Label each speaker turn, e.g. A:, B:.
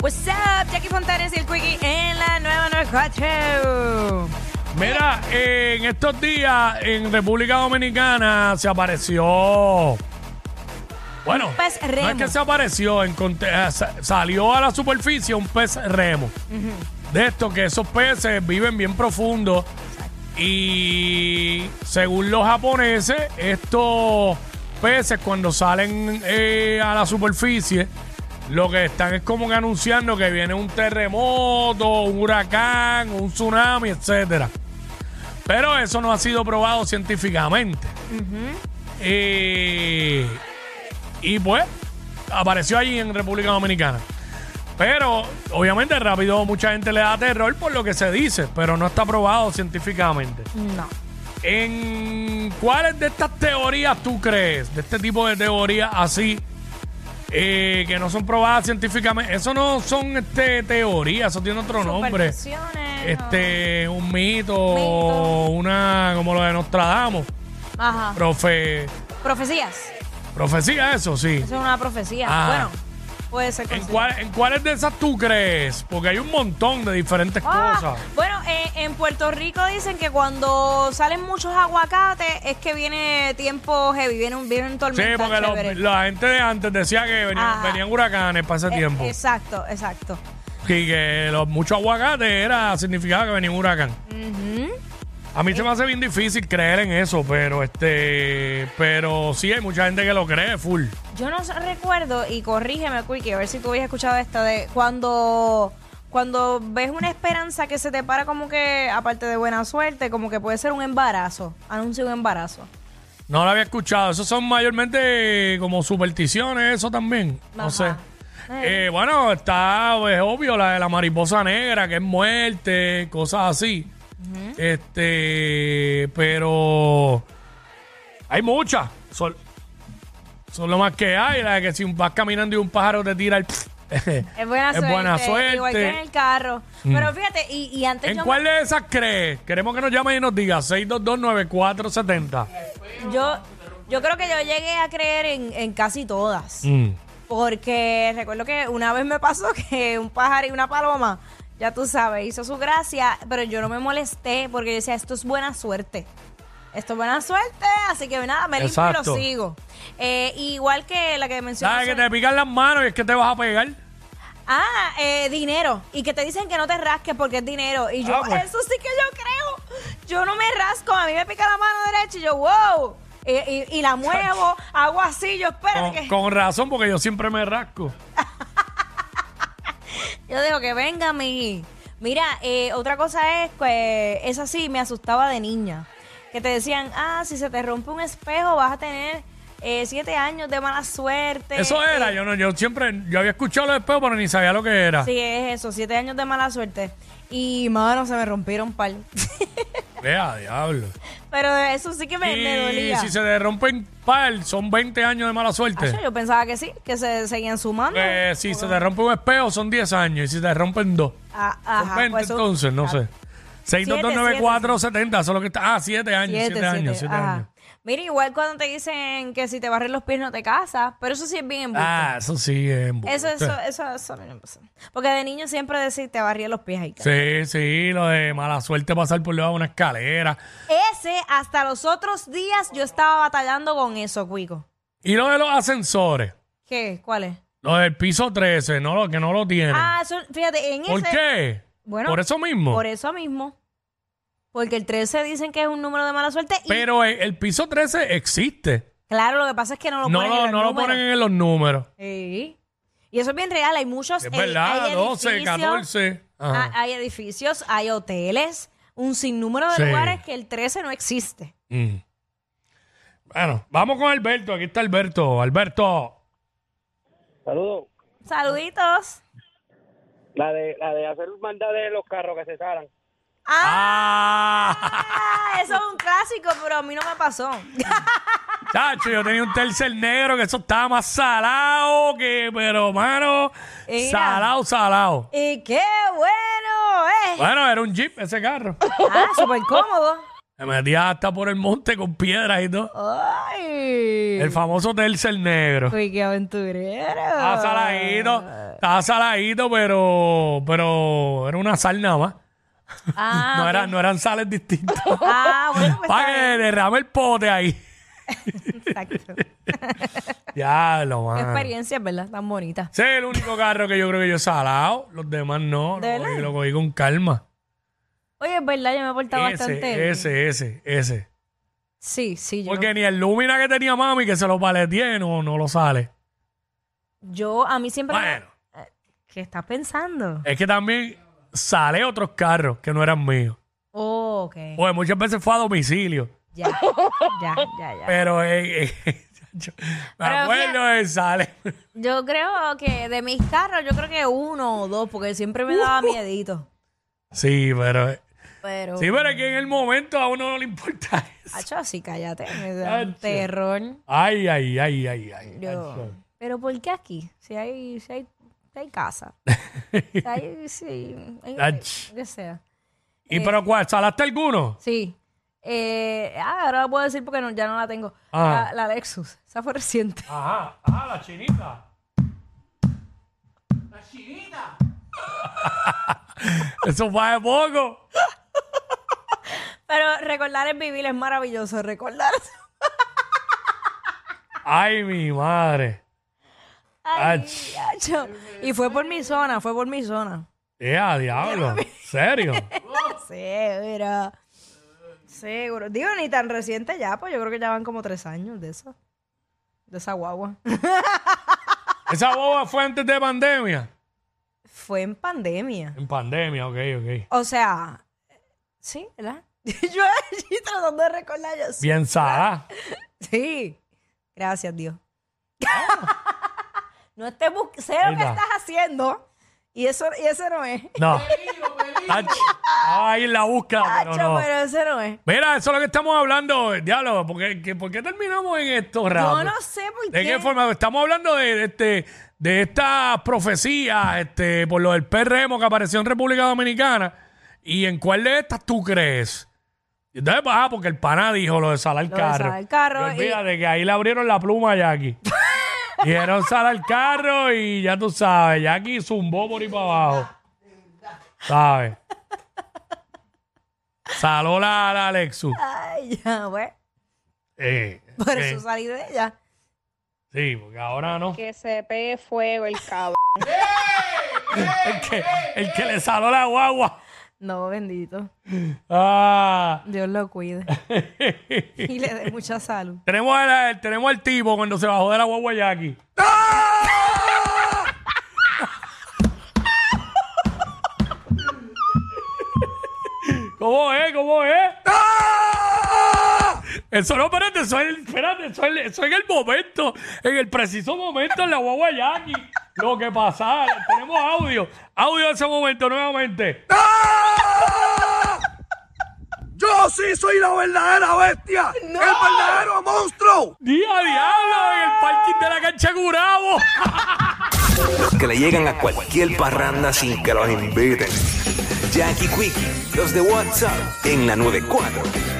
A: What's up, Jackie Fontanes y el Quickie en la nueva 94.
B: Mira, eh, en estos días en República Dominicana se apareció. Bueno,
A: Un pez
B: no es
A: remo.
B: que se apareció, encontré- eh, sa- salió a la superficie un pez remo. De esto que esos peces viven bien profundo y según los japoneses, estos peces cuando salen eh, a la superficie, lo que están es como que anunciando que viene un terremoto, un huracán, un tsunami, etcétera. Pero eso no ha sido probado científicamente. Eh, y pues, apareció allí en República Dominicana. Pero, obviamente, rápido mucha gente le da terror por lo que se dice, pero no está probado científicamente.
A: No.
B: ¿En cuáles de estas teorías tú crees? De este tipo de teorías así, eh, que no son probadas científicamente. Eso no son este, teorías, eso tiene otro nombre.
A: Supersticiones,
B: Este, un mito,
A: Mito.
B: una como lo de Nostradamus.
A: no. Ajá.
B: Profe,
A: Profecías.
B: profecía, eso sí.
A: Eso es una profecía.
B: Ah.
A: Bueno, puede ser
B: ¿En,
A: considerado.
B: cuál- en cuáles de esas tú crees? Porque hay un montón de diferentes
A: Ah,
B: cosas.
A: Bueno, eh, en Puerto Rico dicen que cuando salen muchos aguacates es que viene tiempo heavy, viene un, viene un
B: Sí,
A: tormenta
B: porque lo-
A: chévere.
B: la gente de antes decía que venían,
A: Ajá.
B: venían huracanes para ese
A: Eh,
B: tiempo.
A: Exacto, exacto.
B: Y que los muchos aguacates era, significaba que venía un huracán.
A: Ujú.
B: A mí se me hace bien difícil creer en eso, pero este, pero sí hay mucha gente que lo cree full.
A: Yo no recuerdo, y corrígeme, Quickie, a ver si tú habías escuchado esto, de cuando, cuando ves una esperanza que se te para como que, aparte de buena suerte, como que puede ser un embarazo, anuncio de un embarazo.
B: No lo había escuchado. Eso son mayormente como supersticiones, eso también. No
A: Ajá.
B: sé. Eh, bueno, está, es obvio, la de la mariposa negra, que es muerte, cosas así. Este, pero hay muchas. Son, son lo más que hay. La de que si vas caminando y un pájaro te tira el...
A: Es buena suerte.
B: buena
A: Igual que en
B: suerte. Mm.
A: el carro. Pero fíjate, y, y antes
B: ¿En
A: yo,
B: cuál de esas crees? Queremos que nos llamen y nos digas 6229470.
A: me- yo yo creo que yo llegué a creer en, en casi todas.
B: Mm.
A: Porque recuerdo que una vez me pasó que un pájaro y una paloma, ya tú sabes, hizo su gracia, pero yo no me molesté porque yo decía, esto es buena suerte. Esto es buena suerte, así que nada, me limpio y
B: Exacto.
A: lo sigo. Eh, igual que la que mencioné.
B: ¿Sabes que te pican las manos y es que te vas a pegar?
A: Ah, eh, dinero. Y que te dicen que no te rasques porque es dinero. Y yo,
B: Ah, pues.
A: eso sí que yo creo. Yo no me rasco, a mí me pica la mano derecha y yo, wow. Y, y- y la muevo, hago así, yo espero
B: Con,
A: que...
B: con razón, porque yo siempre me rasco.
A: Yo digo que venga mi. Mira, eh, otra cosa es que esa sí me asustaba de niña. Que te decían, ah, si se te rompe un espejo vas a tener eh, siete años de mala suerte.
B: Eso era, yo no, yo siempre, yo había escuchado los espejos, pero ni sabía lo que era.
A: Sí, es eso, siete años de mala suerte. Y, mano, se me rompieron par.
B: Vea, diablo.
A: Pero eso sí que me, me
B: Y
A: dolía.
B: si se te rompen par, son 20 años de mala suerte.
A: Acho, yo pensaba que sí, que se seguían sumando.
B: Eh, si se te rompe un espejo, son 10 años. Y si te rompen dos,
A: Ah,
B: son
A: ajá,
B: 20
A: pues eso-
B: entonces, no sé.
A: siete,
B: 6229470, eso es lo que está. Ah, 7 años, 7
A: Siete,
B: años,
A: siete,
B: 7
A: ajá.
B: años.
A: Mira, igual cuando te dicen que si te barres los pies no te casas, pero eso sí es bien embuste.
B: Ah, eso sí es embuste.
A: Eso, eso, eso, eso a mí no me pasa. Porque de niño siempre decís, te barría los pies ahí. cara.
B: Sí, sí, lo de mala suerte pasar por debajo de una escalera.
A: Ese, hasta los otros días, yo estaba batallando con eso, Cuico.
B: Y lo de los ascensores,
A: ¿Qué? ¿Cuál es?
B: lo del piso 13, no, lo que no lo tienen.
A: Ah, eso, fíjate, en
B: ¿Por
A: ese.
B: qué?
A: Bueno,
B: por eso mismo.
A: Por eso mismo. Porque el 13 dicen que es un número de mala suerte. Y
B: Pero el, el piso 13 existe.
A: claro, lo que pasa es que no lo
B: No,
A: ponen.
B: lo,
A: en los
B: no lo
A: números.
B: ponen en los números.
A: Sí. Y eso es bien real. Hay muchos.
B: Es
A: edi-
B: verdad,
A: hay
B: 12,
A: edificios-
B: 14. Ajá.
A: Ah, Hay edificios, hay hoteles, un sinnúmero de
B: Sí.
A: lugares que el 13 no existe.
B: Mm. Bueno, vamos con Alberto. Aquí está Alberto. Alberto.
C: Saludos.
A: Saluditos.
C: La de, la de hacer maldad de los carros que se salan.
A: Ah,
B: ¡Ah!
A: Ah, eso es un clásico, pero a mí no me pasó.
B: Chacho, yo tenía un tercer negro que eso estaba más salado que, pero, mano,
A: Era.
B: salado, salado.
A: y qué bueno, ¿eh?
B: Bueno, era un jeep ese carro.
A: Ah, súper cómodo.
B: Me metía hasta por el monte con piedras y todo.
A: ¡Ay!
B: El famoso tercer negro.
A: Uy, qué aventurero.
B: Estaba saladito, estaba saladito, pero, pero era una sal nada más.
A: Ah,
B: no, era- no eran sales distintas.
A: ah, bueno, pues.
B: Para que derrame el pote ahí.
A: está bien.
B: Ah.
A: Exacto.
B: Ya, lo
A: Qué
B: más.
A: experiencia, ¿verdad? Tan bonita.
B: Ese es el único carro que yo creo que yo he salado. Los demás no.
A: ¿De
B: Lo
A: verdad?
B: cogí, lo cogí con calma.
A: Oye, es verdad, yo me he portado bastante.
B: Ese, ese, ese, ese.
A: Sí, sí, yo.
B: Porque ni el Lumina que tenía mami, que se lo paleteé, no, no lo sale.
A: Yo, a mí siempre. me-
B: Bueno,
A: ¿Qué estás pensando?
B: es que también sale otros carros que no eran míos.
A: Oh, ok.
B: Oye, muchas veces fue a domicilio.
A: Ya, ya, ya, ya.
B: Pero, eh, eh, yo- me
A: Pero
B: acuerdo de sale.
A: Yo creo que de mis carros, yo creo que uno o dos, porque siempre me daba miedito.
B: Sí, pero. eh,
A: Pero.
B: Sí, pero es que en el momento a uno no le importa eso.
A: Hacho, así cállate. Me da un
B: Hacho.
A: terror.
B: Ay, ay, ay, ay, ay.
A: Yo, pero ¿por qué aquí? Si hay, si hay, si hay casa. Si hay, sí. hay-
B: Ach.
A: que sea.
B: ¿Y pero cuál? ¿Salaste alguno?
A: Sí. Eh, ah, ahora lo puedo decir porque no, ya no la tengo.
B: Ah.
A: La, la Lexus. Esa fue reciente.
B: Ajá, ah, la chinita. La chinita. Eso fue de poco.
A: Pero recordar es vivir, es maravilloso. Recordar.
B: Ay, mi madre.
A: Ay,
B: Ach.
A: acho. Y fue por mi zona, fue por mi zona.
B: Ya, Eh, diablo. ¿Serio?
A: Seguro. Seguro. Digo, ni tan reciente ya, pues yo creo que ya van como tres años de eso. De esa guagua.
B: Esa boba fue antes de pandemia.
A: Fue en pandemia.
B: En pandemia, ok, ok.
A: O sea, sí, ¿verdad? yo allí tratando de recordar yo. Sí.
B: Bien salada.
A: Sí. Gracias, Dios. no estés bus- sé lo que
B: Mira.
A: estás haciendo. Y eso, y eso no es.
B: No. Ach, Ay, la busca, pero
A: Acho,
B: no.
A: pero eso no es.
B: Mira, eso es lo que estamos hablando, eh, diablo. ¿Por qué, que- por qué terminamos en esto,
A: Yo
B: rápido?
A: no sé por
B: ¿De
A: qué.
B: qué forma? Estamos hablando de, de este, de esta profecía este, por lo del PRM que apareció en República Dominicana. ¿Y en cuál de estas tú crees? Y Entonces, ah, porque el pana dijo lo de salar
A: Lo de
B: carro.
A: salar carro
B: Y
A: y-
B: olvídate que ahí le abrieron la pluma a Jackie. Dijeron salar carro y ya tú sabes, Jackie zumbó por ahí para abajo. ¿Sabes? Saló la, la Lexus.
A: Ay, ya, güey.
B: Eh,
A: Por
B: eh,
A: eso salí de ella.
B: sí, porque ahora no.
D: Que se pegue fuego el cabrón.
B: El que, el que le saló la guagua.
A: No, bendito.
B: Ah.
A: Dios lo cuide. y le dé mucha salud.
B: tenemos, al, tenemos al tipo cuando se bajó de la guagua Jackie. ¿Cómo es? ¿Cómo es? Eso no, espérate, eso es, el- espérate, eso es el- eso es en el momento, en el preciso momento en la guagua Jackie. Lo que pasa, tenemos audio, audio de ese momento nuevamente.
E: Yo sí soy la verdadera bestia, el verdadero monstruo.
B: ¡Día diablo! En el parking de la cancha Curabo.
F: los que le llegan a cualquier parranda sin que los inviten. Jackie Quickie, los de WhatsApp en la 94.